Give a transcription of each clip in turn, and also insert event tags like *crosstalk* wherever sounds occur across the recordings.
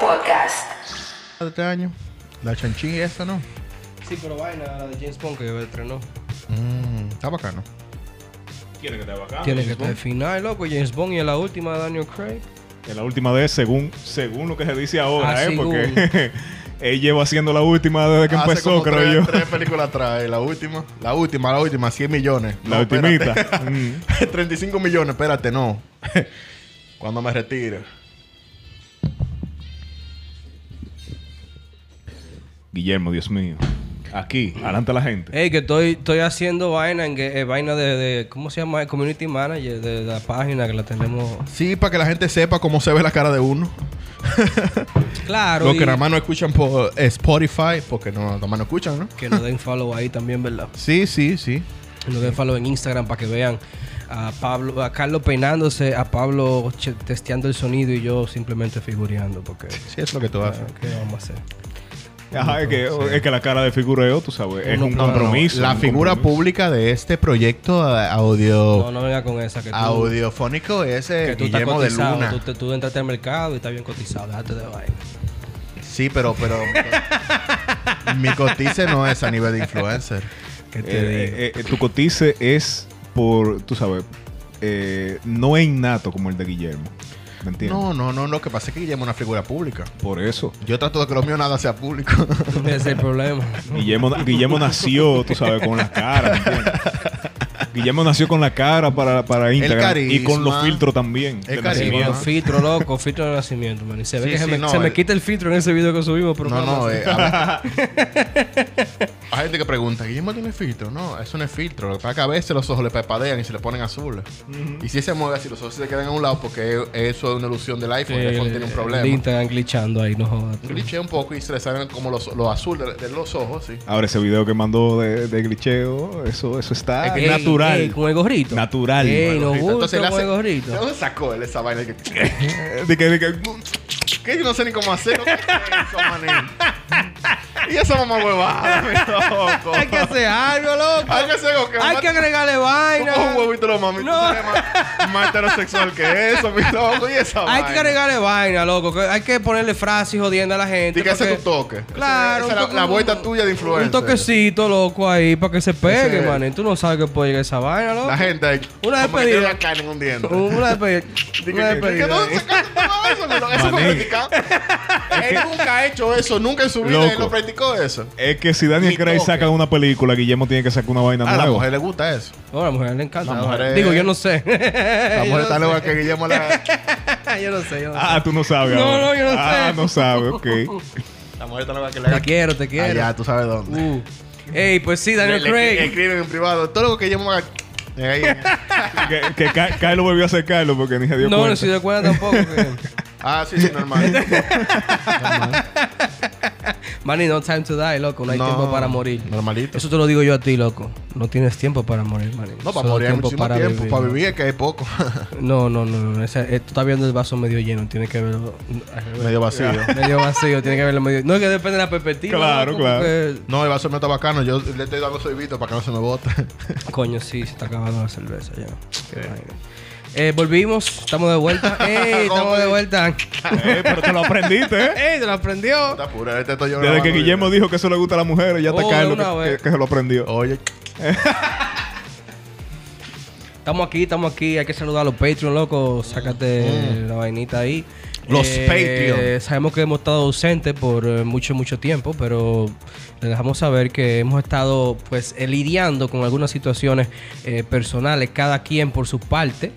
Podcast. de este año. La chanchín esa, ¿no? Sí, pero vaina, la de James Bond que estrenó. Mm, está bacano. Tiene que estar bacano. Ah, Tiene que James estar Bond. final, loco. James Bond y en la última Daniel Craig. Que la última vez, según, según lo que se dice ahora, Ah, ¿eh? según. Porque *laughs* él lleva haciendo la última desde que Hace empezó, como creo tres, yo. tres películas atrás. eh, La última, la última, la última, 100 millones. *laughs* La No, ultimita. *laughs* espérate. Mm. 35 millones, espérate, no. *laughs* Cuando me retire. Guillermo, Dios mío. Aquí, adelante la gente. Ey, que estoy, estoy haciendo vaina en que- eh, vaina de, de- ¿cómo se llama? El community manager de, la página que la tenemos. Sí, para que la gente sepa cómo se ve la cara de uno. Claro. Los y que nada más no escuchan por eh, Spotify, porque no, nada más no escuchan, ¿no? que nos den follow ahí también, ¿verdad? Sí, sí, sí. Que nos den follow en Instagram para que vean a Pablo, a Carlos peinándose, a Pablo che- testeando el sonido y yo simplemente figureando porque Sí, es lo que tú haces. ah, ¿qué vamos a hacer? Eh, Ajá, es que, es que la cara de figureo, tú sabes, es Uno un no, no, compromiso. La un figura compromiso. pública de este proyecto a- audio No, no venga con esa que tú, audiofónico es eh, que tú estás Guillermo de cotizado, Luna. tú, te- tú entraste al mercado y estás bien cotizado, déjate de vaina. Sí, pero pero mi cotice no es a nivel de influencer. ¿Qué te Eh, digo? eh, eh, tu cotice es por, tú sabes, eh, no es innato como el de Guillermo. ¿Me entiendes? No, no, no, lo que pasa es que Guillermo es una figura pública. Por eso. Yo trato de que lo mío nada sea público. Ese es *laughs* el problema. Guillermo, Guillermo nació, tú sabes, con la cara. ¿me entiendes? Guillermo nació con la cara para, para Instagram y con los carisma. filtros El también. de Sí, carisma. nacimiento. con filtro, loco, filtro de nacimiento, man. Y se ve Sí, que se, sí, me, no, se me el- quita el filtro en ese video que subimos, pero no, no, vamos. eh, a ver. *laughs* Hay gente que pregunta, ¿Guillermo tiene filtro? No, eso no es filtro. Lo que pasa es que a veces los ojos le parpadean y se le ponen azules. Y si se mueve así, los ojos se quedan a un lado porque eso es una ilusión del iPhone. el iPhone tiene un problema. El Instagram glitchando ahí, no jodas. Glitchea un poco y se le salen como los, los azules de, de los ojos, sí. Ahora ese video que mandó de, de glitcheo, eso, eso está Es Ey, natural. ey, con el gorrito. Natural. Ey, no Gorrito. gusta le con el ¿De gorrito. dónde sacó él esa *laughs* vaina? Que, que Eh, de que- de que- yo no sé ni cómo hacer. ¿Qué es eso, manín? y esa mamá huevada, mi loco. *laughs* Hay que hacer algo, loco. Hay que hacer algo que Hay mate- que agregarle Tú vaina. coges un huevito lo mami. No. No. Más, más heterosexual que eso, mi loco. Y esa Hay vaina. que agregarle vaina, loco. que Hay que ponerle frases jodiendo a la gente. Y que hace porque- tu toque. Claro. Esa es un la- poco- la, vuelta tuya de influencer. Un toquecito, loco, ahí, para que se pegue, Ese- man. Tú no sabes que puede llegar esa vaina, loco. La gente ahí. Una como que tiene despedida. la carne en un diente. Una despedida. Una ¿De qué despedida. dónde sacaste todo eso? mi loco? Eso fue Maní. practicado. Él nunca ha hecho eso, nunca en su vida él Loco. no practicó eso. es que si Daniel Ni Craig toque. saca una película, Guillermo tiene que sacar una vaina A la nueva. mujer le gusta eso. No, a la mujer le encanta. La mujer es- Digo, yo no sé. La mujer Yo no está sé. loca que Guillermo la. yo no sé, yo no Ah, tú no sabes. No, ahora. no, yo no sé. Ah, no sabes, ok. La mujer está loca que le sé. Te quiero, te quiero. Allá, tú sabes dónde. Uh. Ey, pues sí, Daniel Le- le escri- Craig. escriben en privado. Todo lo que Guillermo haga. eh, ahí. que que Ca- Carlos volvió a ser Carlos porque ni se dio No, cuenta. no estoy de acuerdo tampoco. que- Ah, sí, sí, *laughs* normal. Manny, no time to die, loco. No hay No, tiempo para morir. normalito. Eso te lo digo yo a ti, loco. No tienes tiempo para morir, Manny. No, para Solo morir hay muchísimo tiempo. Para ¿no? vivir es que hay *laughs* poco. No, no, no. no. Ese- eh, tú estás viendo el vaso medio lleno. Tienes que verlo al revés. Medio vacío. medio vacío. Tienes que verlo medio... No, es que depende de la perspectiva. Claro, loco, claro. porque- No, el vaso no está bacano. Yo le estoy dando sorbito para que no se me bote. *laughs* Coño, sí, se está acabando la cerveza ya. Qué vaina. Eh, volvimos, estamos de *laughs* vuelta. ¡Ey! ¿Cómo estamos de fue? vuelta. *laughs* Eh, pero te lo aprendiste, ¿eh? ¡Ey! Se lo aprendió. Está pura, este estoy yo Desde que grabando, Guillermo dijo que eso le gusta a las mujeres, ya está Oh, de Carlos una que, vez. que- que se lo aprendió. Oye, Estamos aquí, estamos aquí. Hay que saludar a los Patreon, loco. Sácate la vainita ahí. Mm. Eh, Los Patreon. Sabemos que hemos estado ausentes por eh, mucho, mucho tiempo, pero les dejamos saber que hemos estado pues eh, lidiando con algunas situaciones eh, personales, cada quien por su parte.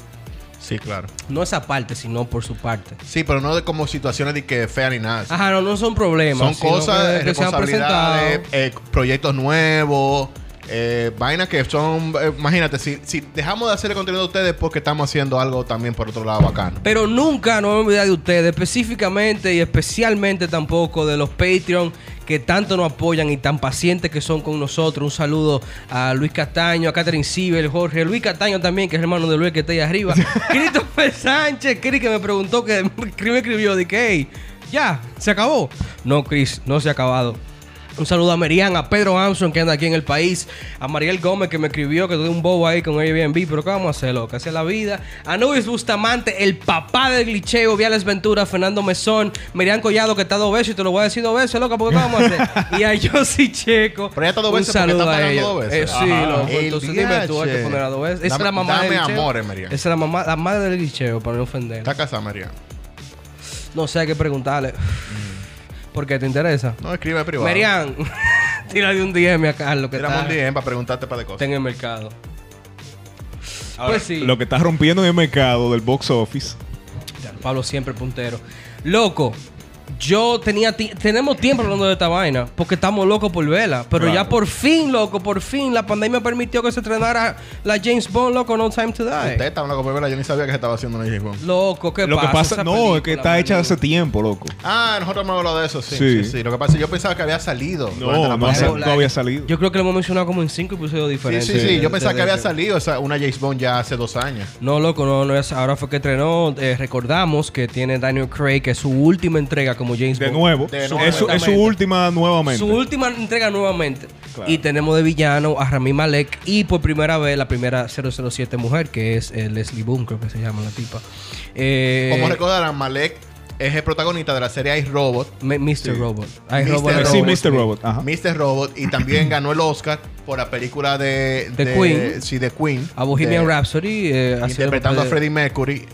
sí, claro. No esa parte, sino por su parte. Sí, pero no de como situaciones de que fea ni nada. Ajá, no, no son problemas. Son sino cosas, que- que se han responsabilidades, presentado. eh, proyectos nuevos, eh, vainas que son. eh, imagínate, si, si dejamos de hacer el contenido de ustedes porque estamos haciendo algo también por otro lado bacano. Pero nunca nos vamos a olvidar de ustedes, específicamente y especialmente tampoco de los Patreon que tanto nos apoyan y tan pacientes que son con nosotros. Un saludo a Luis Castaño, a Catherine Sibel, Jorge, Luis Castaño también, que es hermano de Luis que está ahí arriba. Christopher Sánchez, Cris, que me preguntó, que *laughs* me escribió, de que, "Hey, ya, se acabó. No, Chris, no se ha acabado. Un saludo a Merian, a Pedro Armstrong que anda aquí en el país, a Mariel Gómez que me escribió que tuve un bobo ahí con Airbnb, pero ¿qué vamos a hacer, loco? Así es la vida. A Nubis Bustamante, el papá del glitcheo, Viales Ventura, Fernando Mesón, Merian Collado que está dos veces y te lo voy a decir dos veces, loco, porque ¿qué vamos a *laughs* hacer? y a Yossi Checo. Pero ya está dos un veces porque saludo está a pagando ellos. dos veces. Eh, sí, Ajá. loco, El entonces dime tú, hay que diache. poner a dos veces. Dame- Esa es la mamá del dame glitcheo. amores, Merian. Esa es la mamá, la madre del glitcheo, para no ofender. Está casada, María. No sé, hay que preguntarle. Mm. ¿Por qué te interesa? No escribe privado. Merian, *laughs* tírale un DM a Carlos que Tiramos está, un DM para preguntarte para de está cosas. en el mercado. pues sí, Lo que estás rompiendo en el mercado del box office. Pablo siempre puntero. Loco, yo tenía ti- tenemos tiempo hablando de esta vaina porque estamos locos por verla, pero Claro. ya por fin, loco, por fin la pandemia permitió que se estrenara la James Bond, loco, No Time to Die. Usted está una copia, yo ni sabía que se estaba haciendo una James Bond. Loco, ¿qué Lo que pasa? pasa, Esa no, es que película, está hecha manín. hace tiempo, loco. Ah, nosotros hemos hablado de eso, sí. Sí, Sí. sí. Lo que pasa es que yo pensaba que había salido. durante No, la no, hace- pandemia. no había salido. Yo creo que lo hemos mencionado como en cinco episodios Sí, diferentes. sí, sí. Yo De- pensaba de- que había de- salido esa- una James Bond ya hace dos años. No, loco, no, no es. Ahora fue que estrenó. eh, recordamos que tiene Daniel Craig, que es su última entrega como James de Bond. nuevo. De Es nuevo. su- Es su última nuevamente. Su última entrega nuevamente. Claro. Y tenemos de villano a Rami Malek y por primera vez la primera 007 mujer, que es eh, Leslie Boone, creo que se llama la tipa. Eh, Como recordarán, Malek es el protagonista de la serie Ice Robot. M- Mr. Robot. Ay, Mr. Robot, Robot. sí, Robot. Mr. Robot. Ajá. Mr. Robot y también ganó el Oscar por la película de, The de- Queen. Sí, de Queen. A Bohemian De- Rhapsody. eh, haciendo Interpretando a papel de- Freddie Mercury.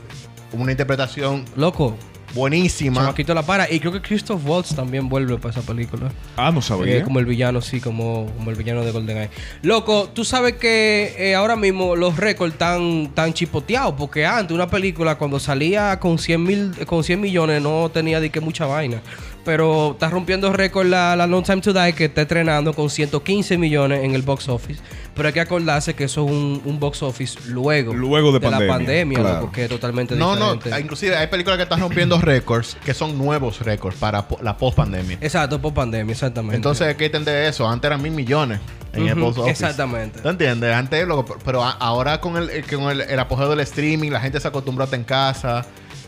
Una interpretación Loco. buenísima. Chamaquito la para. Y creo que Christoph Waltz también vuelve para esa película. Ah, no Eh, sabía. como el villano, sí, como, como el villano de GoldenEye. Loco, tú sabes que eh, ahora mismo los récords están tan chipoteados, porque antes una película cuando salía con 100, mil, con 100 millones no tenía de que mucha vaina. Pero está rompiendo récord la, la Long Time to Die que está estrenando con 115 millones en el box office. Pero hay que acordarse que eso es un, un box office luego, Luego de la pandemia, pandemia, claro. loco, que es totalmente No, no. diferente. Inclusive hay películas que están *clears throat* rompiendo récords que son nuevos récords para po- la post-pandemia. Exacto, por pandemia, exactamente. Entonces hay que entender eso. Antes eran mil millones en el Ujú, box office. exactamente. ¿Tú entiendes? Antes, lo- pero a- ahora con, el, eh, con el, el apogeo del streaming, la gente se acostumbró a estar en casa.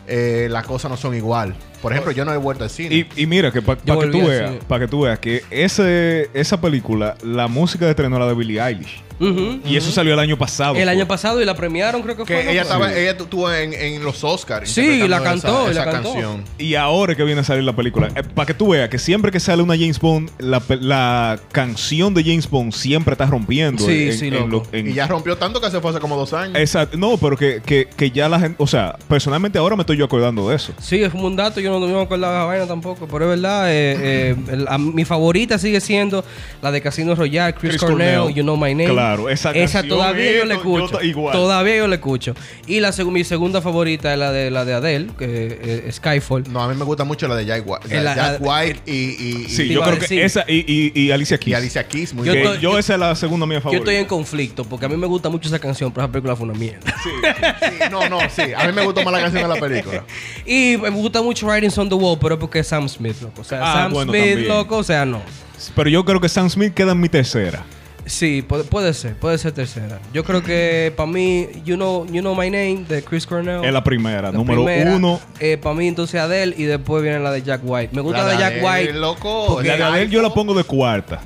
eh, las cosas no son igual. Por ejemplo, yo no he vuelto al cine. Y, y mira, que para Yo que volví tú al veas, cine. para que tú veas que ese, esa película, la música de estrenó la de Billie Eilish. Ujú. Y eso salió el año pasado. El fue. año pasado y la premiaron, creo que, que fue. ¿no? ella Pues- estaba, ella estuvo en, en los Oscars. Sí, interpretando la cantó, esa, la esa cantó. canción. Y ahora que viene a salir la película, para que tú veas que siempre que sale una James Bond, la, pe- la canción de James Bond siempre está rompiendo. Sí, sí, loco. en- Y ya rompió tanto que se fue hace como dos años. Exacto. No, pero que, que, que ya la gente, o sea, personalmente ahora me estoy yo acordando de eso. Sí, es un dato, yo no, no me acordaba de esa vaina tampoco, pero es verdad, eh, eh, el- a- mi favorita sigue siendo la de Casino Royale, Chris, Chris Cornell, Cornell. You Know My Name. Claro, esa canción todavía es- yo la yo escucho. ta- igual. Todavía yo la escucho. Y la seg- mi segunda favorita es la de la de Adele, que eh, es Skyfall. No, a mí me gusta mucho la de Jack White, la de La- Jack la- White y, y- Sí, te y- yo iba a creo que decir. esa y, y, y Alicia Keys. y Alicia Keys. Muy Yo Que bien. yo, estoy- yo- esa es la segunda mía Yo favorita. estoy en conflicto porque a mí me gusta mucho esa canción, pero esa película fue una mierda. Sí, no, no, sí. A mí me gustó más la canción de la película. *laughs* Y *laughs* me gusta mucho Writings on the Wall, pero es porque es Sam Smith, loco. O sea, Ah, Sam bueno, Smith, también. loco, o sea, no. Pero yo creo que Sam Smith queda en mi tercera. Sí, puede, puede ser, puede ser tercera. Yo creo que para mí, you know, you know My Name de Chris Cornell. Es la primera, La número primera. uno. Eh, para mí, entonces Adele y después viene la de Jack White. Me gusta la de Jack Adele, White. Loco. Porque La de Adele yo la pongo de cuarta.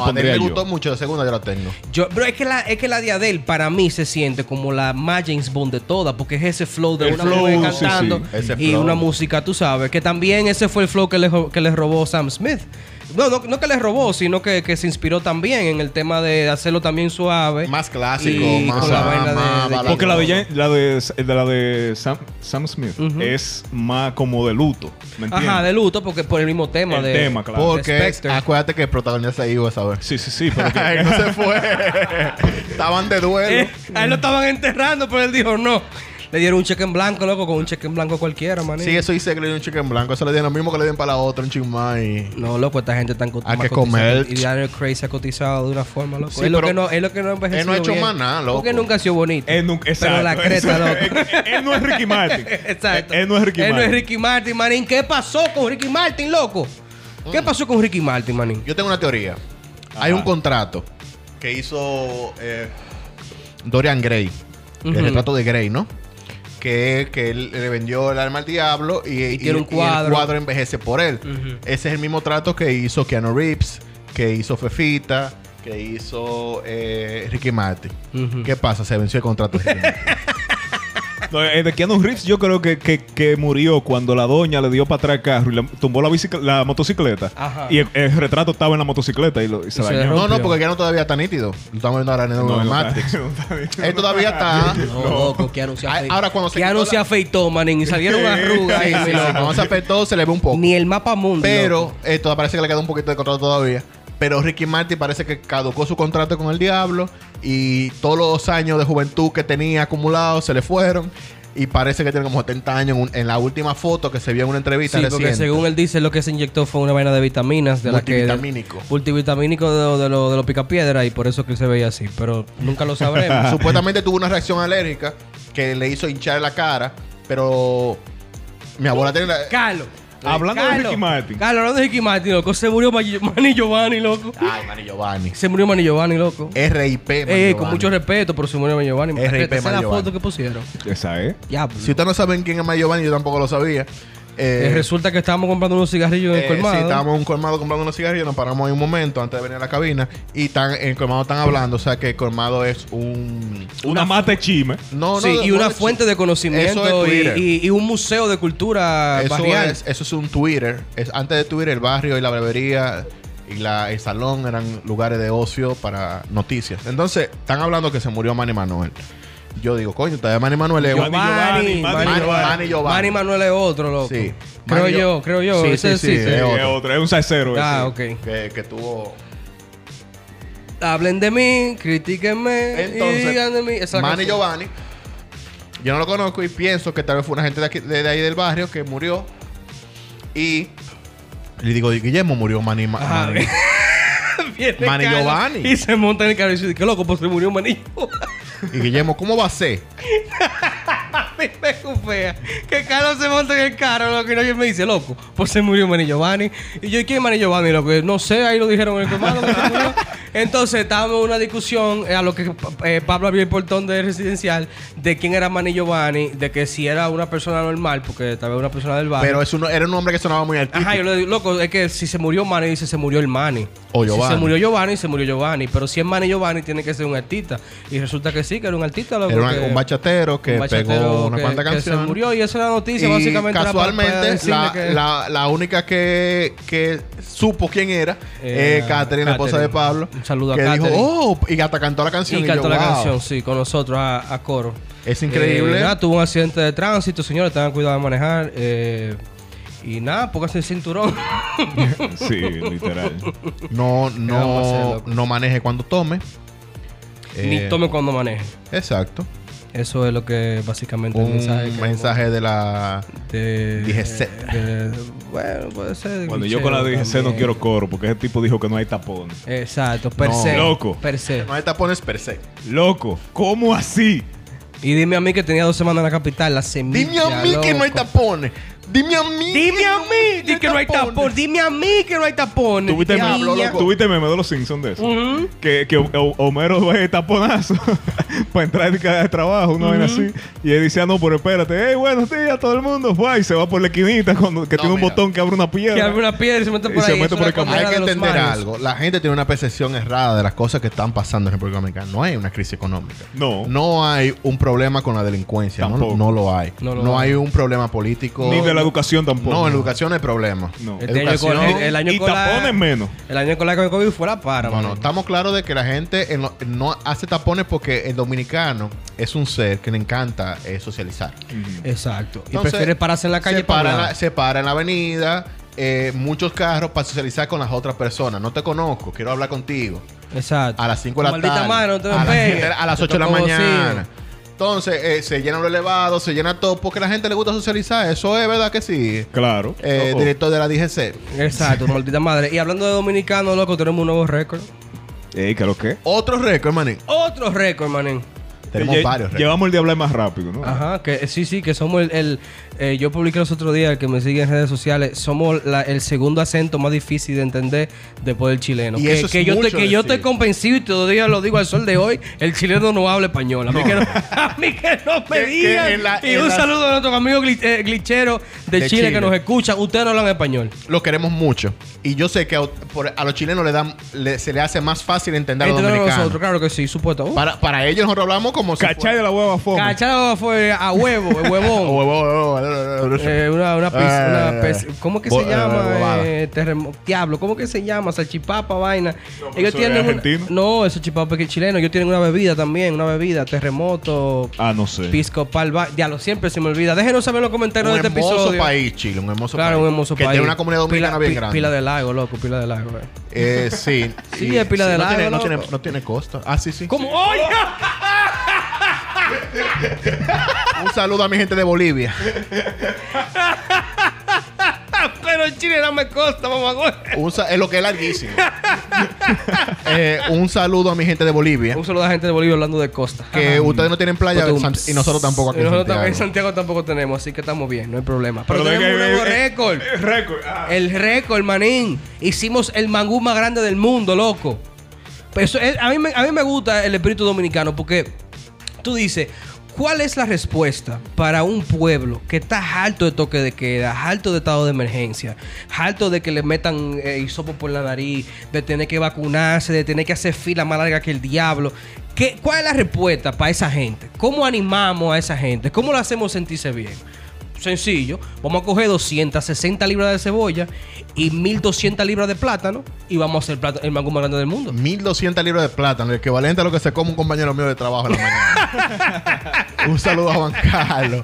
No, a Adele pondría me yo. gustó mucho. La segunda yo la tengo. Yo, pero es que, la, es que la de Adele para mí se siente como la más James Bond de todas, porque es ese flow de El una flow, mujer sí, cantando sí. Ese y flow. una música, tú sabes, que también ese fue el flow que le, jo- que le robó Sam Smith. No, no, no que le robó, sino que, que se inspiró también en el tema de hacerlo también suave. Más clásico, Y más, con la más- vaina de- más de- balada. Porque la de, Jan- la de, de la de Sam, Sam Smith Ujú. es más como de luto. ¿Me entiendes? Ajá, de luto, porque por el mismo tema. El de, tema, claro. de Porque Spectre. acuérdate que el protagonista se iba a saber. *laughs* Sí, sí, sí. *laughs* Pero que- Ay, no se fue. *laughs* Estaban de duelo. *laughs* Eh, a él lo estaban enterrando, pero él dijo no. Le dieron un cheque en blanco, loco, con un cheque en blanco cualquiera, maní. Sí, eso hice que le dieron un chicken blanco. Eso le dieron lo mismo que le dieron para la otra, un chingmá y... No, loco, esta gente tan Hay que comer. Y Daniel Craig se ha cotizado de una forma, loco. Sí, es, lo pero que no, es lo que no ha envejecido él no ha hecho bien. más nada, loco. Porque nunca ha sido bonito. *laughs* Él nunca- Pero la exacto, creta, *laughs* eso- loco. Él, él no es Ricky Martin. *laughs* Exacto. Él, él no es Ricky Él no Martin. es Ricky Martin, manín. ¿Qué pasó con Ricky Martin, loco? ¿Qué pasó con Ricky Martin, manín? *laughs* Yo tengo una teoría. Hay un contrato que hizo eh, Dorian Gray. Ujú. El retrato de Gray, ¿no? Que, que él le vendió el alma al diablo y, tiene un el cuadro. cuadro envejece por él. Ujú. Ese es el mismo trato que hizo Keanu Reeves, que hizo Fefita, que hizo eh, Ricky Martin. Ujú. ¿Qué pasa? Se venció el contrato. de Ricky Martin. No, eh, de Keanu Reeves yo creo que, que- que murió cuando la doña le dio para atrás el carro y le tumbó la, bicic- la motocicleta. Ajá. Y el, el retrato estaba en la motocicleta y, lo, y se Y se dañó. no, no, *laughs* Rompió. porque ya no todavía está nítido. Lo estamos viendo ahora en el nuevo no Matrix. está- no está bien. Él todavía *laughs* está. No, loco, que anunció Ay, ahora cuando se quitó la- se afeitó, manín. Y *laughs* salieron arrugas Sí, ahí, sí, mi sí. loco. Cuando se apretó, se le ve un poco. Ni el mapa mundo. Pero loco. esto parece que le queda un poquito de contrato todavía. Pero Ricky Martin parece que caducó su contrato con el diablo y todos los años de juventud que tenía acumulados se le fueron. Y parece que tiene como 70 años en, un- en la última foto que se vio en una entrevista Sí, porque reciente. según él dice, lo que se inyectó fue una vaina de vitaminas. De la que- Multivitamínico. multivitamínico de, lo- de lo- de los picapiedra y por eso es que él se veía así. Pero nunca lo sabremos. *laughs* Supuestamente tuvo una reacción alérgica que le hizo hinchar la cara, pero mi abuela tiene la... Carlos. eh, Hablando de Ricky Martin. Carlos, hablando de Ricky Martin, loco. Se murió Mani Manny Giovanni, loco. Ay, Manny Giovanni. Se murió Manny Giovanni, loco. RIP, Ah. Manny Eh, con Giovanni. mucho respeto, pero se murió Manny Giovanni. RIP Esa es la Manny Giovanni. foto que pusieron. Esa es. Ya, Si ustedes no saben quién es Manny Giovanni, yo tampoco lo sabía. Eh, Eh, resulta que estábamos comprando unos cigarrillos en el Eh, colmado. Sí, estábamos en un colmado comprando unos cigarrillos, nos paramos ahí un momento antes de venir a la cabina y tan, en el colmado están hablando, o sea que el colmado es un... Una, mata de chisme. No, Sí, no, y no una es- fuente de Eso conocimiento es y, Twitter. y- y un museo de cultura Eso barrial. es, eso es un Twitter. Es, antes de Twitter, el barrio y la barbería y la, el salón eran lugares de ocio para noticias. Entonces, están hablando que se murió Manny Manuel. Yo digo, coño, todavía Manny Manuel es Giovanni, un... Giovanni, Giovanni, Manny Giovanni. Manny Giovanni. Manny Manuel es otro, loco. Sí. Creo Manny- yo, creo yo. Sí, Ese sí, sí, Sí, es Es otro. otro. Es un salsero. ese. Ah, ok. Que, que tuvo... Hablen de mí, critíquenme Entonces, y digan de mí. Esa Manny canción. Giovanni. Yo no lo conozco y pienso que tal vez fue una gente de, aquí- de- de ahí del barrio que murió. Y le digo, Guillermo murió Manny. Ma- Ajá. *laughs* Manny". Viene Manny Carlos Giovanni. Y se monta en el carro y dice, qué loco, pues se murió Manny Giovanni. Y Guillermo, ¿cómo va a *laughs* ser? me cupea. Que Carlos se monta en el carro, loco. Y no, y él me dice, loco, pues se murió Manny Giovanni. Y yo, ¿y quién es Manny Giovanni? Loco, Y, no sé, ahí lo dijeron en el comando. que se murió. Entonces estábamos en una discusión eh, a lo que eh, Pablo abrió el portón de residencial de quién era Manny Giovanni, de que si era una persona normal, porque tal vez una persona del barrio. Pero es uno- era un hombre que sonaba muy artístico. Ajá, yo le digo, loco, es que si se murió Manny, dice se murió el Manny. O Si Giovanni. se murió Giovanni, se murió Giovanni. Pero si es Manny Giovanni, tiene que ser un artista. Y resulta que sí, que era un artista. Loco, era una- que- un bachatero que un bachatero pegó una que- cuanta que canción. se murió y esa es la noticia, básicamente. era para- para casualmente, decirle la, que- la- la única que, que supo quién era Era es Catherine, la esposa Catherine. de Pablo. Un saludo a que Catherine. dijo, oh, y hasta cantó la canción. Y cantó yo, la "Wow". canción, sí, con nosotros a, a coro. Es increíble. Eh, nada, tuvo un accidente de tránsito, señores, tengan cuidado de manejar. eh, y nada, pónganse el cinturón. *laughs* Sí, literal. No, vamos a hacer, no, loco? no maneje cuando tome. Eh, Ni tome cuando maneje. Exacto. Eso es lo que básicamente Un mensaje, mensaje que- de la. de, Dije set. de- bueno, puede ser. de Cuando yo con la glitcheo DGC no también. quiero coro, porque ese tipo dijo que no hay tapones. Exacto, per No. se. Loco. Per se. No hay tapones per se. Loco, ¿cómo así? Y dime a mí que tenía dos semanas en la capital, la semilla. Dime a mí que no hay loco. tapones. Dime a mí. Dime a mí di que no hay tapón. Dime a mí que no hay tapón. Tuviste meme, Diablo, loco. tuviste meme de los Simpsons de eso. Que, que Ho- Homero ve taponazo *laughs* para entrar de cada trabajo, una vaina así. Y él dice, ah, no, pero espérate, hey, buenos días a todo el mundo. Guay, y se va por la esquinita cuando, que No, tiene un mira. botón que abre una piedra. Que abre una piedra y se mete Y por se ahí. mete Eso por es la el camino. comida Hay que de los entender malos. algo. La gente tiene una percepción errada de las cosas que están pasando en República Dominicana. No hay una crisis económica. No. No hay un problema con la delincuencia. No, Tampoco. no lo hay. No No, lo hay. hay. un problema político. Ni de la educación tampoco. No, en educación hay problema. No. Este año Educación- con- el, el año y con la- tapones menos. El año con la que COVID fue la para, No, no, mano. estamos claros de que la gente en lo- no hace tapones porque el dominicano es un ser que le encanta eh, socializar. Exacto. Y Entonces, prefieres pararse en la calle se para, en para la, se para en la avenida, eh, muchos carros para socializar con las otras personas. No te conozco, quiero hablar contigo. Exacto. A las 5 de la Maldita tarde. madre, no te a, las pegues. siete- a las Te 8 de la toco mañana. bocina. Entonces, eh, se llena lo elevado, se llena todo porque a la gente le gusta socializar. Eso es verdad que sí. Claro. Eh, Ojo. Director de la DGC. Exacto, maldita madre. Y hablando de dominicanos, loco, tenemos un nuevo récord. Ey, ¿qué lo que? Otro récord, manín. Otro récord, manín. Tenemos Lle- varios récords. Llevamos el de hablar más rápido, ¿no? Ajá, que eh, sí, sí, que somos el. el, eh, yo publiqué los otros días, el que me sigue en redes sociales, somos la- el segundo acento más difícil de entender después del chileno. Y que eso es que yo te, mucho que yo decir. te convencido y todavía lo digo al sol de hoy, el chileno no habla español. A mí, que, no, *laughs* a mí que no me Que- que digan. en la- y en un la- saludo a nuestros amigos gli- eh, glitcheros de, De Chile, Chile. que nos escuchan. Ustedes no hablan español. Lo queremos mucho. Y yo sé que a, por- a los chilenos le dan, le- se le hace más fácil entender a los Entre dominicanos. nosotros, claro que sí, supuesto. Uh, Para, para ellos nosotros hablamos como si Cachai de la hueva fome. Cachado fue a huevo, fuera- huevón. Oh, oh, oh, oh, oh, oh, oh. Eh, una, una, pis- Ah, una ah, pes- ah. ¿Cómo que Bo- se eh, llama? bobada. Eh, terremo- Diablo, ¿cómo que se llama? Salchipapa, vaina. No, pero ellos eso es tienen. una- argentino. no, eso es chipapa que es chileno. Ellos tienen una bebida también, una bebida, terremoto, Ah, no sé. pisco, palva. Diablo, siempre se me olvida. Déjenos saber en los comentarios un de este hermoso episodio. país, Chile, un hermoso Claro, país. un hermoso que país. tiene una comunidad dominicana Pila- bien pi- grande. Pila de lago, loco, pila de lago. eh. *laughs* Eh, sí. Sí, es pila de no lago, tiene, no, loco. tiene, no tiene costo. Ah, sí, sí. ¿Cómo? ¡Oye! Un saludo a mi gente de Bolivia. *laughs* Pero en Chile no me costa, mamá. Un sa- es lo que es *laughs* larguísimo. Eh, un saludo a mi gente de Bolivia. Un saludo a la gente de Bolivia hablando de costa. Que ustedes no tienen playa Botum. Sant- y nosotros tampoco aquí Y en nosotros tam- Santiago. en Santiago tampoco tenemos, así que estamos bien, no hay problema. Pero, Pero tenemos que- un nuevo eh, eh, récord. eh, récord. Ah. El récord, manín. Hicimos el mangú más grande del mundo, loco. Pero eso es- a, mí me, a mí me gusta el espíritu dominicano porque tú dices, ¿cuál es la respuesta para un pueblo que está harto de toque de queda, harto de estado de emergencia, harto de que le metan eh, hisopo por la nariz, de tener que vacunarse, de tener que hacer fila más larga que el diablo? ¿Qué, ¿Cuál es la respuesta para esa gente? ¿Cómo animamos a esa gente? ¿Cómo lo hacemos sentirse bien? Sencillo, vamos a coger 260 libras de cebolla y 1200 libras de plátano y vamos a hacer plata- el mango más grande del mundo. 1200 libras de plátano, el equivalente a lo que se come un compañero mío de trabajo en la mañana. un saludo a Juan Carlos.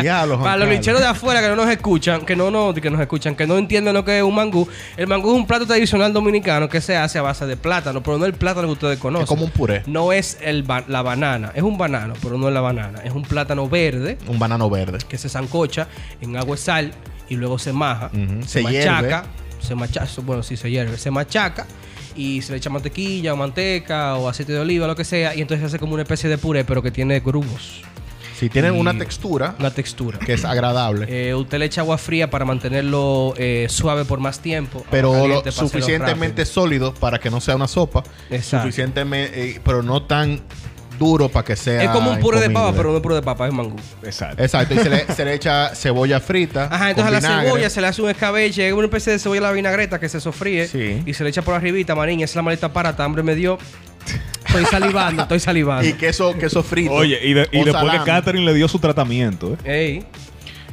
Diablo, Juan Para los Carlos. lincheros de afuera que no nos escuchan, que no, no, que nos escuchan, que no entienden lo que es un mangú, el mangú es un plato tradicional dominicano que se hace a base de plátano, pero no el plátano que ustedes conocen. Es como un puré. No es el ba- la banana, es un banano, pero no es la banana. Es un plátano verde Un banano verde. que se zancocha en agua y sal y luego se maja, Ujú. se, Se machaca, se machaca, bueno, sí se hierve, se machaca y se le echa mantequilla o manteca o aceite de oliva, lo que sea, y entonces se hace como una especie de puré, pero que tiene grumos, Si tienen Y- una textura la textura. que es agradable, Eh, usted le echa agua fría para mantenerlo eh, suave por más tiempo, agua pero lo- caliente para hacerlo suficientemente rápido. sólido para que no sea una sopa. Exacto. Suficientemente, eh, pero no tan duro para que sea. es como un puré de Ah, papa, incomible. pero no es puré de papa, es mangú. Exacto. Exacto, y se le, se le echa cebolla frita. Ajá, con entonces a la vinagre. cebolla se le hace un escabeche, una especie de cebolla a la vinagreta que se sofríe Sí. y se le echa por arribita, mariña, esa es la maleta parata, hambre me dio. Estoy salivando, estoy salivando. *laughs* Y queso, queso frito. Oye, y, de- y o después que salami. Catherine le dio su tratamiento, ¿eh? Ey,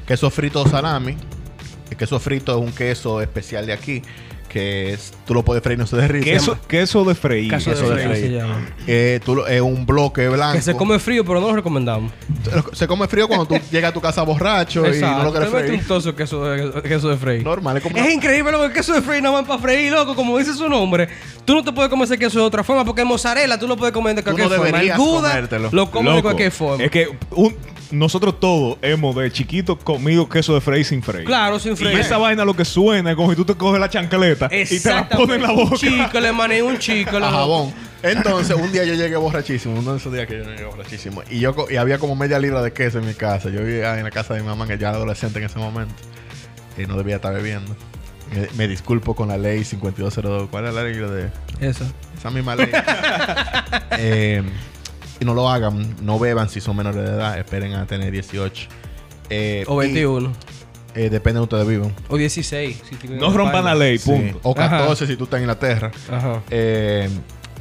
queso frito o salami. El queso frito es un queso especial de aquí que es, tú lo puedes freír y no se derrite. Queso, queso de freír. Queso Queso de de freír se freír. llama. Eh, tú lo- es un bloque blanco. que se come frío, pero no lo recomendamos. Se come frío cuando *laughs* tú llegas a tu casa borracho y no lo Exacto. quieres Te mete freír. un toso de queso de, queso de freír. Normal, es como Es una- increíble lo que el queso de freír no va para freír, loco, como dice su nombre. Tú no te puedes comer ese queso de otra forma porque es mozzarella, tú lo puedes comer de Tú no cualquier forma. El deberías Gouda comértelo. lo comes de Loco, cualquier forma. Es que un- nosotros todos hemos de chiquito comido queso de freír sin freír. Claro, sin freír. Y esa vaina lo que suena es como si tú te coges la chancleta y te la pones en la boca. Un chico, le mané un chico. a jabón. Entonces, un día yo llegué borrachísimo, uno de esos días que yo llegué borrachísimo. Y yo co- y había como media libra de queso en mi casa. Yo vivía en la casa de mi mamá, que ya era adolescente en ese momento. Y no debía estar bebiendo. Me, me disculpo con la ley 5202. ¿Cuál es la ley de Eso. esa misma *laughs* ley? Eh, y no lo hagan, no beban si son menores de edad. Esperen a tener 18. Eh, O y, 21. eh, depende de ustedes vivan. O 16. si tienen No rompan la ley, punto. O Ajá. 14 si tú estás en Inglaterra. Ajá. Eh,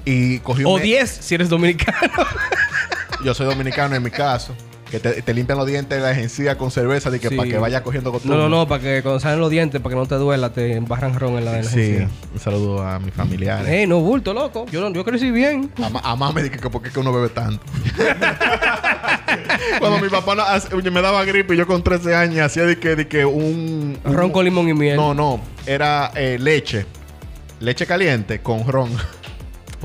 y cogí O un- 10 si eres dominicano. Yo soy dominicano en mi caso. Que te, te limpian los dientes de la agencia con cerveza de que Sí. para que vaya cogiendo No, costumbre. no, no, para que cuando salen los dientes, para que no te duela, te embarran ron en la de la Sí, encía. un saludo a mis familiares. Ey, no bulto, loco. Yo, no- yo crecí bien. A, ma- a mamá me dije que por qué que uno bebe tanto. *laughs* Cuando mi papá no hace- oye, me daba gripe y yo con 13 años hacía de que, de que un, un- Ron con limón y miel. No, no, era eh, leche. Leche caliente con ron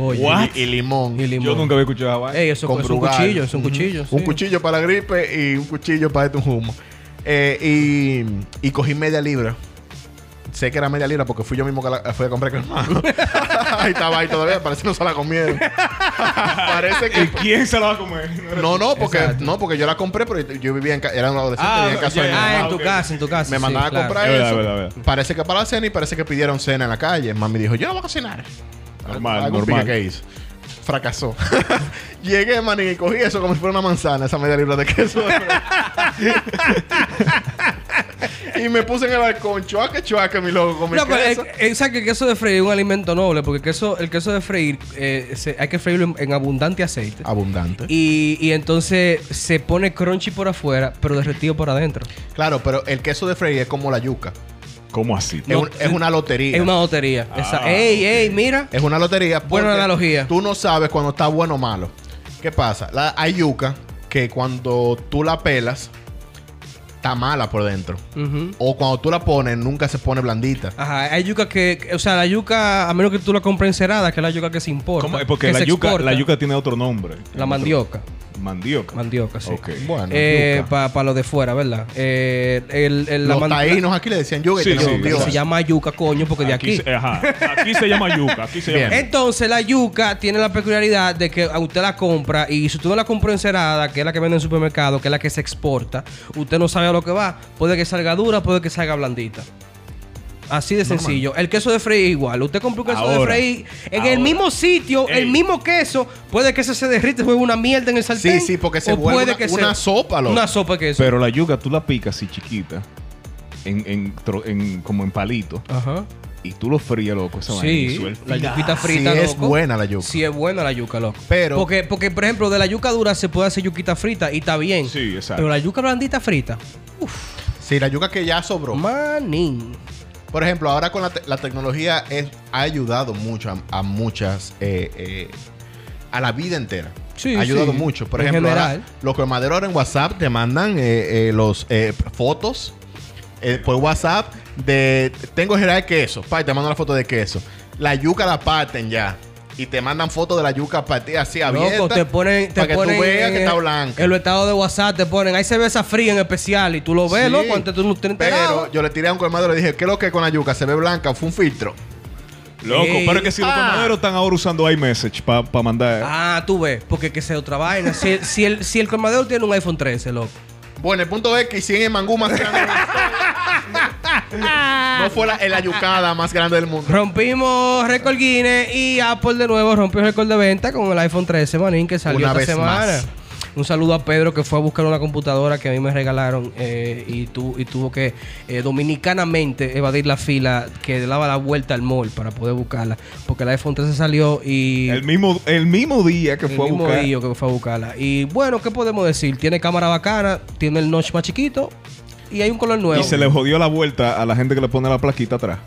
Oye. What? y, y limón. Y limón. Yo nunca había escuchado esa vaina. Ey, eso con es un Brugal. cuchillo, es un Ujú. cuchillo. Un sí. cuchillo para la gripe y un cuchillo para este humo. Eh, y, y cogí media libra. Sé que era media libra porque fui yo mismo que la fui a comprar con el mango. *laughs* ahí estaba ahí todavía. Parece que no se la comieron. *laughs* parece ¿Y que... quién se la va a comer? No, no, porque, no, porque yo la compré, pero yo vivía en... ca- Era un adolescente, Ah, vivía en casa de mi ya, mamá. ya. Ah, en ok. tu casa, en tu casa. Me sí, mandaban claro. a comprar Es verdad, eso. verdad, verdad. Parece que para la cena y parece que pidieron cena en la calle. Mami dijo, yo no voy a cocinar. Normal, Algún normal. pique que hizo. Fracasó. *laughs* Llegué, man, y cogí eso como si fuera una manzana, esa media libra de queso. *laughs* y me puse en el balcón, chuaca, chuaca, mi loco, con mi No, pero queso. el- el- o sea, que el queso de freír es un alimento noble, porque el queso, el queso de freír eh, se- hay que freírlo en, en abundante aceite. Abundante. Y, y entonces se pone crunchy por afuera, pero derretido por adentro. claro, pero el queso de freír es como la yuca. ¿Cómo así? es, un- es una lotería. Es una lotería. Esa- Ah, ey, ey, mira. Es una lotería. Buena porque analogía. Tú no sabes cuando está bueno o malo. ¿Qué pasa? La, hay yuca que cuando tú la pelas, está mala por dentro. Ujú. O cuando tú la pones, nunca se pone blandita. Ajá, hay yuca que, que- o sea, la yuca, a menos que tú la compres encerada, que es la yuca que se importa. ¿Cómo? Eh, Porque que la se yuca, exporta. la yuca tiene otro nombre. La mandioca. Mandioca. Mandioca, sí. Ok. Bueno, yuca. Para los de fuera, ¿verdad? Eh, el, el- Eh, la Los mand- taínos aquí le decían yuca y Sí, te la sí, mandioca. la- Dios. se llama yuca, coño, porque de aquí. se- eh, ajá. Aquí se llama yuca. Aquí se Bien. llama. Entonces, la yuca tiene la peculiaridad de que a usted la compra y si usted no la compró encerada, que es la que vende en supermercado, que es la que se exporta, usted no sabe a lo que va. Puede que salga dura, puede que salga blandita. Así de sencillo. El queso de freír igual. Usted compra un queso de Ahora, freír en ahora. el mismo sitio, Ey. el mismo queso, puede que ese se derrite, se vuelva una mierda en el sartén. Sí, sí, porque se o vuelve una- una sopa, loco. Una sopa de queso. Pero la yuca tú la picas así chiquita. En, en, tro- en- como en palito. Ajá. Y tú lo fríes, loco. Esa vaina, y Sí, suelta. la yuquita frita, Sí, loco. es buena la yuca. Sí, es buena la yuca, loco. Pero- Porque, porque, por ejemplo, de la yuca dura se puede hacer yuquita frita y está bien. Sí, exacto. Pero la yuca blandita frita. Uf, Sí, la yuca que ya sobró. manín. Por ejemplo, ahora con la, te- la tecnología es- ha ayudado mucho a, a muchas... eh, eh, a la vida entera. Sí, ha ayudado sí. mucho. Por En ejemplo, ahora, general. los colmaderos ahora en WhatsApp te mandan eh, eh, los eh, fotos eh, por WhatsApp de... Tengo general de queso. Pa, y te mandan la foto de queso. La yuca la parten ya. Y te mandan fotos de la yuca partida así abierta. Loco, te ponen, te para que ponen eh, tú veas en que está el- blanca. En los estados de WhatsApp te ponen, ahí se ve esa fría en especial y tú lo ves, Sí, loco, antes tú no te enterabas. Pero yo le tiré a un colmadero y le dije, ¿qué es lo que con la yuca? ¿Se ve blanca? ¿Fue un filtro? Loco, Ey. pero es que si los Ah. tomaderos están ahora usando iMessage para mandar. Ah, tú ves, porque que sea otra vaina. si, el- si el, si el colmadero tiene un iPhone 13, loco. Bueno, el punto es que si en el mangú más grande del mundo. No fue la, la yucada más grande del mundo. Rompimos récord Guinness y Apple de nuevo rompió récord de venta con el iPhone 13, manín, que salió Una esta vez semana. más. Un saludo a Pedro que fue a buscar una computadora que a mí me regalaron eh, y, tu- y tuvo que eh, dominicanamente evadir la fila que daba la vuelta al mall para poder buscarla. Porque el iPhone 13 salió y... El mismo, el mismo día que el fue a mismo buscar. día que fue a buscarla. Y bueno, ¿qué podemos decir? Tiene cámara bacana, tiene el notch más chiquito y hay un color nuevo. Y se le jodió la vuelta a la gente que le pone la plaquita atrás.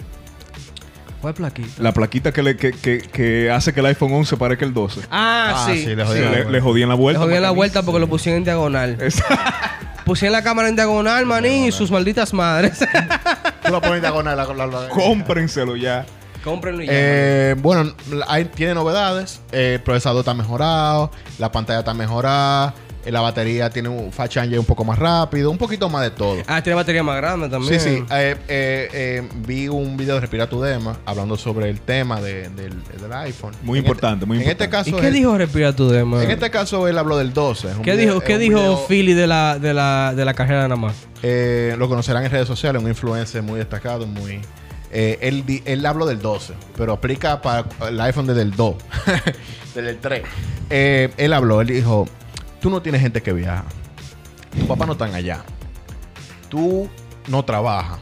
¿Cuál plaquita? La plaquita que, le, que, que, que hace que el iPhone 11 parezca el 12. Ah, Ah, sí. sí, le Sí, jodieron la le, vuelta. le jodían la Le vuelta. jodí la macanísimo. *laughs* vuelta porque lo pusieron en diagonal. Exacto. Pusieron la cámara en diagonal, manín, y sus *laughs* malditas madres. Tú la pones en diagonal, la- la- la- Cómprenselo ya. Cómprenlo y ya. Eh, bueno, hay- tiene novedades. Eh, el procesador está mejorado. La pantalla está mejorada. eh, La batería tiene un fast charger un poco más rápido. Un poquito más de todo. manín. Ah, tiene batería más grande Sí, también. sí. Eh, eh, eh, vi un video de Respira tu Dema hablando sobre el tema de- del, del iPhone. Muy En importante, este- muy En este importante. caso, ¿Y qué él- dijo Respira tu demo? En este caso él habló del 12. Es un ¿Qué video- dijo, es ¿qué un dijo video- Philly de la, de, la, de la carrera nada *laughs* más? Eh, lo conocerán en redes sociales, un influencer muy destacado, muy... eh, él, di- él habló del 12, pero aplica para el iPhone desde el 2, *laughs* desde el 3. Eh, él habló, él dijo, tú no tienes gente que viaja, tu papá no están allá, tú no trabajas,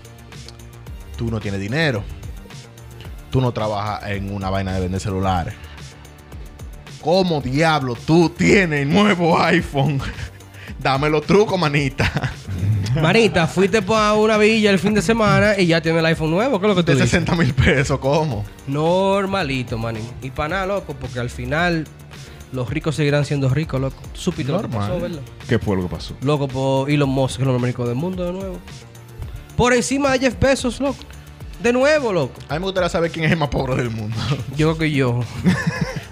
tú no tienes dinero, tú no trabajas en una vaina de vender celulares. ¿Cómo diablo tú tienes el nuevo iPhone? *laughs* Dame los trucos, manita. Marita, fuiste para una villa el fin de semana y ya tiene el iPhone nuevo. ¿Qué es lo que tú De dices? 60 mil pesos, ¿cómo? Normalito, manín. Y para nada, loco, porque al final los ricos seguirán siendo ricos, loco. Tú Supiste lo que Normal. pasó, ¿verdad? ¿Qué fue lo que pasó? Loco, por Elon Musk, que es lo más rico del mundo de nuevo. Por encima de Jeff Bezos, loco. De nuevo, loco. A mí me gustaría saber quién es el más pobre del mundo. *laughs* Yo creo que yo.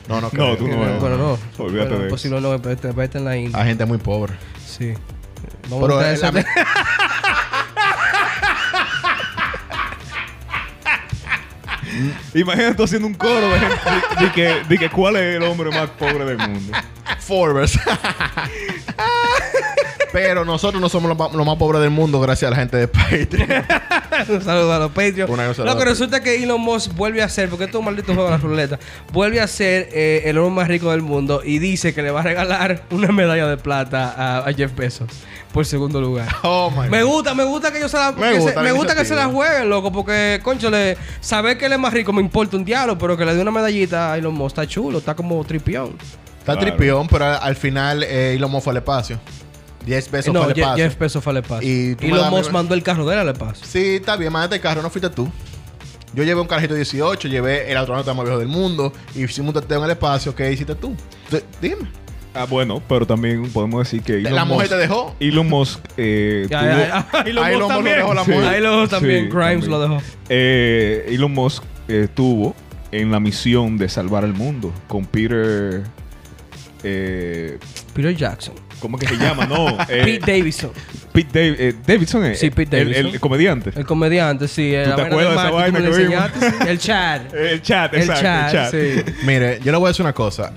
No, no, No, creo. tú no. *laughs* bueno, no. eh. Olvídate Bueno, de eso. posible no, pero este- pero este en la India. Hay gente muy pobre. Sí. Vamos Pero a es la esa. me- Imagínate tú haciendo un coro de, *laughs* gente, de- de que, de que cuál es el hombre más pobre del mundo. Forbes. *laughs* Pero nosotros no somos los ma- los más pobres del mundo gracias a la gente de Patreon. *laughs* Un saludo a los Patreon. Una cosa a Lo que los- resulta que Elon Musk vuelve a ser, porque esto es un maldito juego de la ruleta, vuelve a ser eh, el hombre más rico del mundo y dice que le va a regalar una medalla de plata a, a Jeff Bezos por segundo lugar. *laughs* Oh my Me God. gusta, me gusta que yo se la, Me que, gusta se, la me gusta que se la iniciativa. jueguen, loco, porque, concho, saber que él es más rico me importa un diablo, pero que le dé una medallita a Elon Musk está chulo, está como tripión. Está Claro. tripión, pero al, al final eh, Elon Musk fue al espacio. 10 pesos no, fue al Je- espacio. Jeff Bezos fue al espacio. Y Y tú me Elon das mi- Musk mandó el carro de él al espacio. Sí, está bien, más este carro, no fuiste tú. Yo llevé un carrito 18, llevé el astronauta más viejo del mundo, y hicimos un testeo en el espacio, ¿qué hiciste tú? D- dime. Ah, bueno, pero también podemos decir que Elon la mujer Musk- te dejó. Elon Musk eh, Ya, tuvo- ya, ya. *laughs* Elon Ahí Elon Musk Musk lo también. dejó la Sí. mujer. Ahí lo dejó también. Sí, Grimes también. lo dejó. Eh, Elon Musk estuvo en la misión de salvar al mundo con Peter. eh, Peter Jackson. ¿Cómo que se llama? *laughs* No. eh, Pete Davidson. Pete Dav- eh, Davidson. eh, Sí, Pete el- El, Davidson. comediante. El comediante, sí. ¿Tú El te acuerdas de esa vaina que vimos? *laughs* El Chad. El chat, el exacto. Chad, sí. Mire, yo le voy a decir una cosa.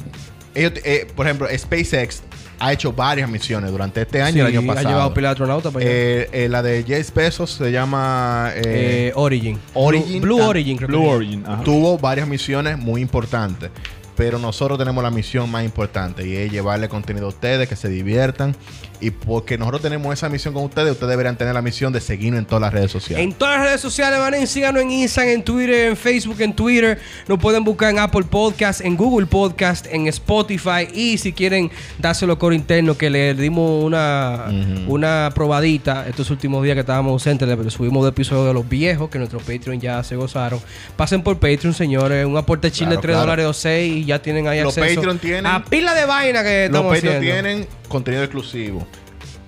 Ellos, eh, por ejemplo, SpaceX ha hecho varias misiones durante este año y Sí, el año pasado. Ha llevado pila de astronautas para allá. Eh, eh, la de Jeff Bezos se llama eh, Eh, Origin. Origin, Blue, Blue tan- Origin, creo Blue que. Origin. ajá. tuvo varias misiones muy importantes. Pero nosotros tenemos la misión más importante y es llevarle contenido a ustedes, que se diviertan. Y porque nosotros tenemos esa misión con ustedes, ustedes deberán tener la misión de seguirnos en todas las redes sociales. En todas las redes sociales, manín, síganos en Instagram, en Twitter, en Facebook, en Twitter. Nos pueden buscar en Apple Podcast, en Google Podcast, en Spotify. Y si quieren dárselo coro interno, que le dimos una, una probadita estos últimos días que estábamos ausentes, le subimos de episodio de los viejos, que nuestros Patreon ya se gozaron. Pasen por Patreon, señores. Un aporte chile Claro, de 3 claro. dólares o 6 y ya tienen ahí Los acceso Patreon tienen- a pila de vaina que Los estamos Patreon haciendo. tienen contenido exclusivo.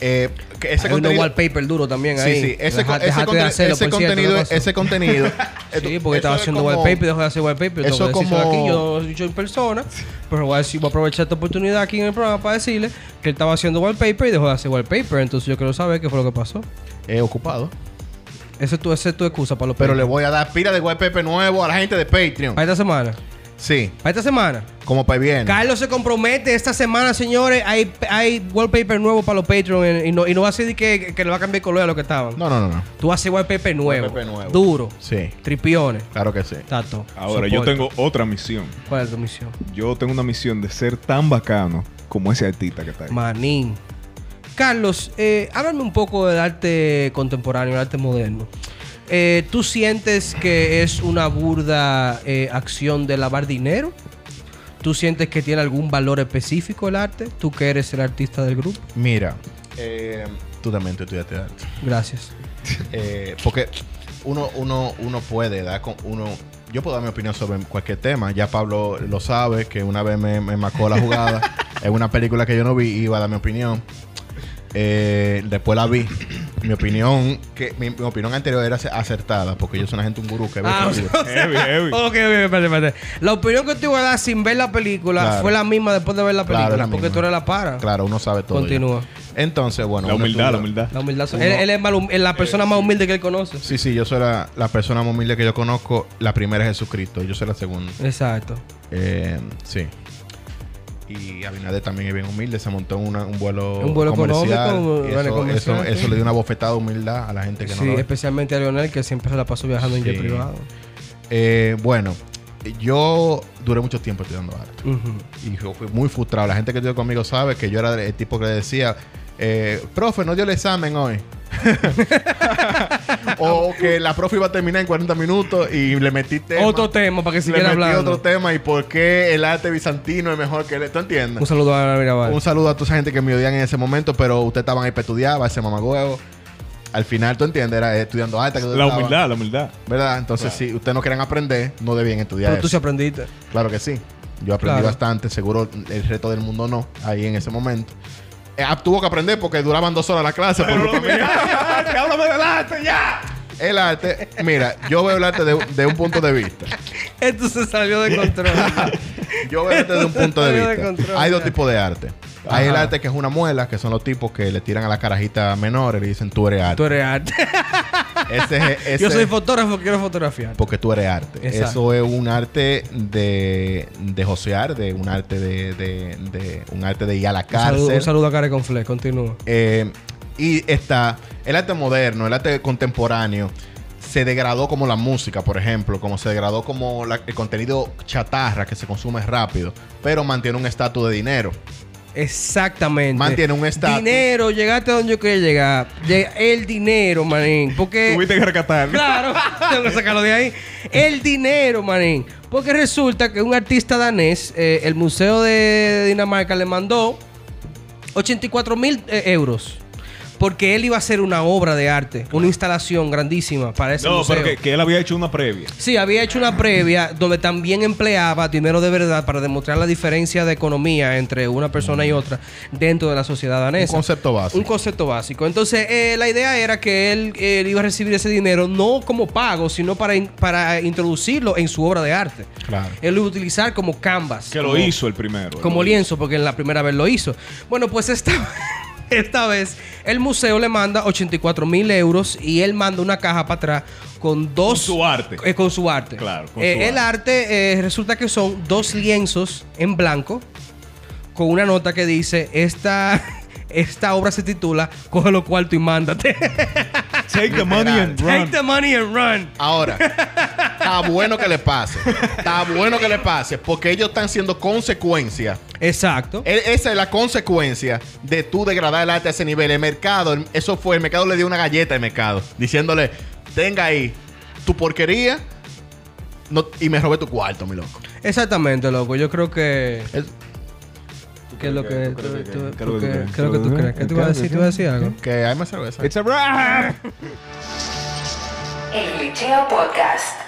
Eh, que ese Hay unos contenido. wallpaper duro también ahí. Sí, sí. Ese, Deja- con- ese dejate de conten- hacerlo, ese por cierto, contenido. no pasa. ese *laughs* contenido. Sí, porque estaba haciendo wallpaper wallpaper y dejó de hacer wallpaper. Eso Eso como... como- aquí, yo no he dicho en persona, pero voy a, decir, voy a aprovechar esta oportunidad aquí en el programa para decirle que él estaba haciendo wallpaper y dejó de hacer wallpaper. Entonces yo quiero saber qué fue lo que pasó. eh, ocupado. Esa es tu, esa es tu excusa para los Pero le Patreon. voy a dar pila de wallpaper nuevo a la gente de Patreon. Para esta semana. Sí, Para esta semana. como para bien. Carlos se compromete esta semana, señores. Hay, hay wallpaper nuevo para los Patreon en- y no, y no va a ser de que, que le va a cambiar el color a lo que estaban. No, no, no, no. Tú haces wallpaper nuevo. Wallpaper nuevo. Duro. Sí, Tripiones. claro que sí. Tato. Ahora, yo soporte. tengo otra misión. ¿Cuál es tu misión? Yo tengo una misión de ser tan bacano como ese artista que está ahí. Manín. Carlos, eh, háblame un poco del arte contemporáneo, el arte moderno. Eh, ¿Tú sientes que es una burda eh, acción de lavar dinero? ¿Tú sientes que tiene algún valor específico el arte? ¿Tú que eres el artista del grupo? Mira, eh, tú también te estudiaste arte. Gracias. Eh, porque uno, uno, uno puede dar con uno. Yo puedo dar mi opinión sobre cualquier tema. Ya Pablo lo sabe, que una vez me, me marcó la jugada. *laughs* en una película que yo no vi, iba a dar mi opinión. Eh, después la vi. Mi opinión, que mi, mi opinión anterior era acertada, porque yo soy una gente un gurú que ve Ah, o todo. sea, o sea, Heavy, heavy. ok, ok, espérate, espérate. La opinión que tú ibas a dar sin ver la película Claro. fue la misma después de ver la Claro, película, la porque misma. tú eres la para. Claro, uno sabe todo. ya. Continúa. Entonces, bueno. La uno humildad, la estudia- humildad. La humildad. Uno- Eh, él, él es mal hum- es la persona más humilde que él conoce. Sí, sí, yo soy la, la persona más humilde que yo conozco. La primera es Jesucristo, yo soy la segunda. Exacto. Eh, sí. Y Abinader también es bien humilde, se montó una- un vuelo, Un vuelo comercial. económico, y un eso, vuelo comercial, eso- sí. eso le dio una bofetada de humildad a la gente Este que Sí, no lo especialmente a Leonel, que siempre se la pasó viajando en Sí. jet privado. Eh, Bueno, yo duré mucho tiempo estudiando arte. Y yo fui muy frustrado. La gente que estudió conmigo sabe que yo era el tipo que le decía, eh, profe, no dio el examen hoy. *laughs* *laughs* o que la profe iba a terminar en 40 minutos y le metiste Otro tema para que le siguiera metí hablando. otro tema y por qué el arte bizantino es mejor que el... ¿Tú entiendes? Un saludo a Ana Mirabal. Un saludo a toda esa gente que me odian en ese momento, pero ustedes estaban ahí para estudiar, para ese mamagüevo. Al final, tú entiendes, era estudiando arte. que tú La estabas, humildad, la humildad. ¿Verdad? Entonces, si ustedes no quieren aprender, no debían estudiar Pero tú sí eso. *laughs* aprendiste. Claro que sí. Yo aprendí Claro. bastante, seguro el resto del mundo no, ahí en ese momento. Eh, ah, tuvo que aprender porque duraban dos horas la clase. por culpa mía. *laughs* ¡Háblame del arte ya! el arte, mira, yo veo el arte de, de un punto de vista. Esto se salió de control. Yo veo el arte de un punto de Salió de vista. control, Hay dos ya. tipos de arte. Hay el arte que es una muela, que son los tipos que le tiran a la carajita menor y le dicen tú eres *laughs* Tú arte. eres arte. Ese es- ese- *laughs* Yo soy fotógrafo, quiero fotografiar. porque tú eres arte. Eso Exacto. es un arte de, de josear, de un arte de, de- de- un arte de ir a la Un cárcel. saludo, un saludo a Care con Flex, continúa. Eh, y está el arte moderno, el arte contemporáneo. Se degradó como la música, por ejemplo, como se degradó como la- el contenido chatarra que se consume rápido, pero mantiene un estatus de dinero. Exactamente. Mantiene un estatus. Dinero, llegaste a donde yo quería llegar. Llega- El dinero, manín. Porque. Tuviste que rescatarlo. Claro, tengo que sacarlo de ahí. El dinero, manín. Porque resulta que un artista danés, eh, el Museo de Dinamarca le mandó 84 mil eh, euros. Porque él iba a hacer una obra de arte, una instalación grandísima para ese No, museo. pero que, que él había hecho una previa. Sí, había hecho una previa donde también empleaba dinero de verdad para demostrar la diferencia de economía entre una persona y otra dentro de la sociedad Mm. danesa. Un concepto básico. Un concepto básico. Entonces, eh, la idea era que él, él iba a recibir ese dinero no como pago, sino para, in- para introducirlo en su obra de arte. Claro. Él lo iba a utilizar como canvas. Que lo como- hizo el primero. como Lo- lienzo, porque en la primera vez lo hizo. Bueno, pues esta, *laughs* esta vez el museo le manda 84 mil euros y él manda una caja para atrás con dos. Con su arte. eh, con su arte. Claro, con Eh, su El arte eh, resulta que son dos lienzos en blanco con una nota que dice: Esta. *laughs* Esta obra se titula Coge lo cuarto y mándate. *laughs* Take the money and Take run. the money and run. Ahora, está bueno que le pase. Está bueno que le pase, porque ellos están siendo consecuencia. Exacto. Eh. E- Esa es la consecuencia de tú degradar el arte a ese nivel. El mercado, el- eso fue, el mercado le dio una galleta al mercado, diciéndole, tenga ahí tu porquería no- y me robé tu cuarto, mi loco. Exactamente, loco. Yo creo que. Es- ¿Qué es lo que tú ¿Tú crees que- tú- qué es tú lo que crees? tú ¿Qué es lo que tú crees? ¿Qué tú vas a decir? ¿Tú vas a decir algo? que hay más cerveza. It's a wrap. El Liceo Podcast.